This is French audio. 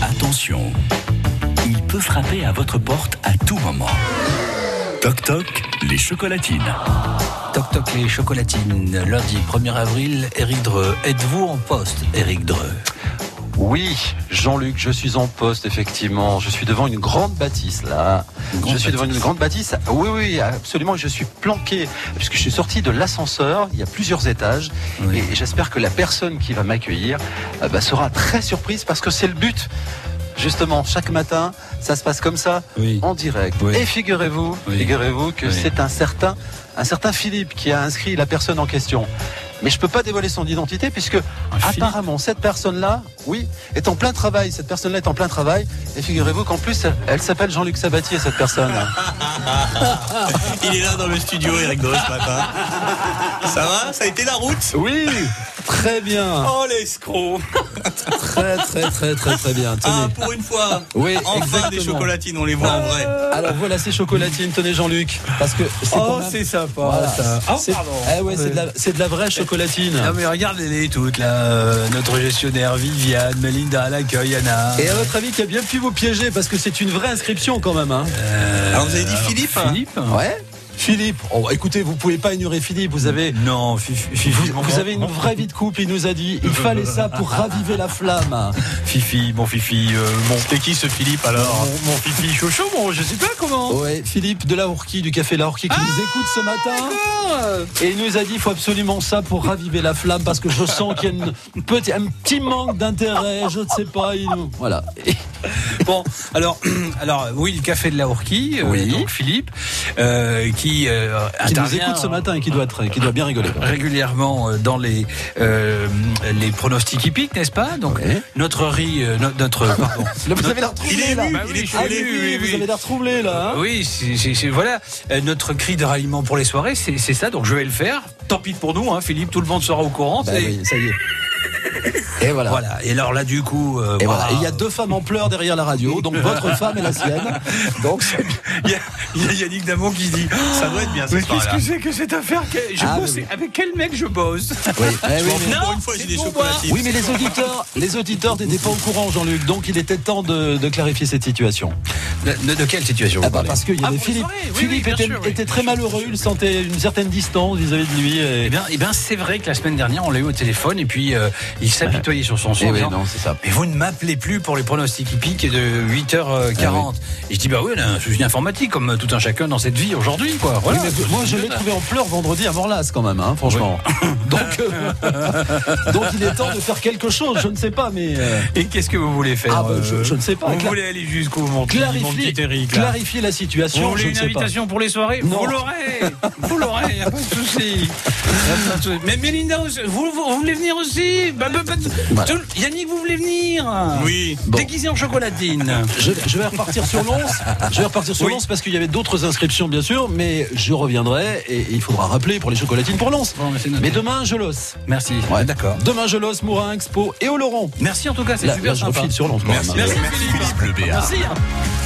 Attention, il peut frapper à votre porte à tout moment. Toc toc, les chocolatines. Toc toc les chocolatines. Lundi 1er avril, Eric Dreux. Êtes-vous en poste, Eric Dreux Oui, Jean-Luc, je suis en poste, effectivement. Je suis devant une grande bâtisse, là. je suis devant une grande bâtisse. Oui, oui, absolument. Je suis planqué, puisque je suis sorti de l'ascenseur. Il y a plusieurs étages. Oui. Et j'espère que la personne qui va m'accueillir euh, bah, sera très surprise, parce que c'est le but. Justement, chaque matin, ça se passe comme ça, Oui. en direct. Oui. Et figurez-vous, Oui. figurez-vous que Oui. c'est un certain, un certain Philippe qui a inscrit la personne en question. Mais je peux pas dévoiler son identité puisque Philippe apparemment cette personne-là, oui, est en plein travail. Cette personne-là est en plein travail. Et figurez-vous qu'en plus, elle- elle s'appelle Jean-Luc Sabatier cette personne. Il est là dans le studio, Eric Doré, ce matin. Ça va Ça a été la route oui, très bien, Oh, l'escroc Très, très, très, très, très bien. Ah, Tenez. pour une fois Oui, Enfin, des exactement. Euh, chocolatines, on les voit en vrai. Alors voilà ces chocolatines, tenez Jean-Luc, parce que oh, c'est quand même- sympa. Voilà. Ah, C'est- pardon. Eh ouais, c'est de la- c'est Ah, de, la vraie chocolatine. Non Ah, mais regardez-les toutes là, euh, notre gestionnaire Viviane, Melinda à l'accueil, Anna. Et à votre avis, qui a bien pu vous piéger parce que c'est une vraie inscription quand même. Hein. Alors, Ah, vous avez dit Philippe Euh, hein Philippe Ouais. Philippe, oh, écoutez, vous pouvez pas ignorer Philippe. Vous avez, Non, Fifi, vous, Fifi, mon- vous avez une vraie vie de couple. Il nous a dit, il fallait ça pour raviver la flamme. Fifi, mon Fifi, euh, mon... C'est qui ce Philippe alors mon Fifi chouchou, bon, je sais pas comment. Ouais, Philippe de la Hourquille, du café La Hourquille, qui Ah, nous écoute ce matin. Et il nous a dit, il faut absolument ça pour raviver la flamme parce que je sens qu'il y a une petit- un petit manque d'intérêt. Je ne sais pas. il nous- Voilà. Bon, alors, alors oui, le café de la Orquille, euh, Oui. donc Philippe, euh, qui, euh, qui nous intervient écoute ce matin et qui doit, être, qui doit bien rigoler. régulièrement euh, dans les euh, les pronostics hippiques, n'est-ce pas Donc Ouais. notre riz, euh, no- notre pardon. Là, vous avez l'air troublé, Il est là. ému, Bah oui, il est je suis Ah, troublé. oui, ému, oui, oui, vous oui. avez l'air troublé, là. hein. Oui, c'est- c'est- c'est- voilà. Euh, Notre cri de ralliement pour les soirées, c'est c'est ça. Donc je vais le faire. Tant pis pour nous, hein, Philippe. Tout le monde sera au courant. Bah c'est- oui, ça y est. Et voilà. Voilà. Et alors là, du coup, euh, Et voilà. voilà. Et il y a deux femmes en pleurs derrière la radio, donc votre femme et la sienne. Donc, c'est- Il y a- il y a Yannick Damon qui dit. oh, Ça doit être bien ce Mais qu'est-ce soir-là. que c'est que cette affaire que- je Ah, bosse- mais oui. Avec quel mec je bosse oui. Eh oui, mais... Pour une fois, j'ai des pour chocolatines. oui, mais les auditeurs, les auditeurs n'étaient pas au courant, Jean-Luc. Donc, il était temps de, de clarifier cette situation. de, de quelle situation Ah bah, parce qu'il y Ah, avait pour les Philippe. soirées, oui, oui, Philippe bien était, sûr, oui. était très malheureux. Il sentait une certaine distance vis-à-vis de lui. et- Eh bien, eh bien c'est vrai que la semaine dernière, on l'a eu au téléphone et puis euh, il s'apitoyait sur son son. Eh en oui, disant, non, c'est ça. Mais vous ne m'appelez plus pour les pronostics hippiques de Ah 8h40. Et je dis, bah oui, on a un souci informatique comme euh, tout un chacun dans cette vie aujourd'hui, quoi. Voilà. Oui, mais moi, je l'ai trouvé en pleurs vendredi à Morlas, quand même, hein, franchement. Donc, euh, donc, il est temps de faire quelque chose. Je ne sais pas, mais. euh, Et qu'est-ce que vous voulez faire Ah, bah, je- euh, je ne sais pas. Vous Cla- voulez aller jusqu'au mon petit, mon clarifier, petit Eric, là clarifier la situation. Vous voulez je ne une sais pas. invitation pour les soirées Non. Vous l'aurez Vous l'aurez, y a pas de souci. Y a pas de souci. Mais Mélinda, aussi- vous, vous- vous voulez venir aussi Bah, bah, bah, tout le- Yannick, vous voulez venir Oui. Déguisé en chocolatine. Je, je vais repartir sur l'once. Je vais repartir sur Oui. l'once parce qu'il y avait d'autres inscriptions, bien sûr, mais je reviendrai et il faudra rappeler pour les chocolatines pour l'once. Bon, mais c'est noté. mais demain, je l'osse. Merci. D'accord. Demain, je l'osse, Mourin Expo et Oloron. Merci en tout cas, c'est Là, super là, je sympa. refile sur l'once. quand Merci, même. merci, Merci, Philippe. Le BA. Merci.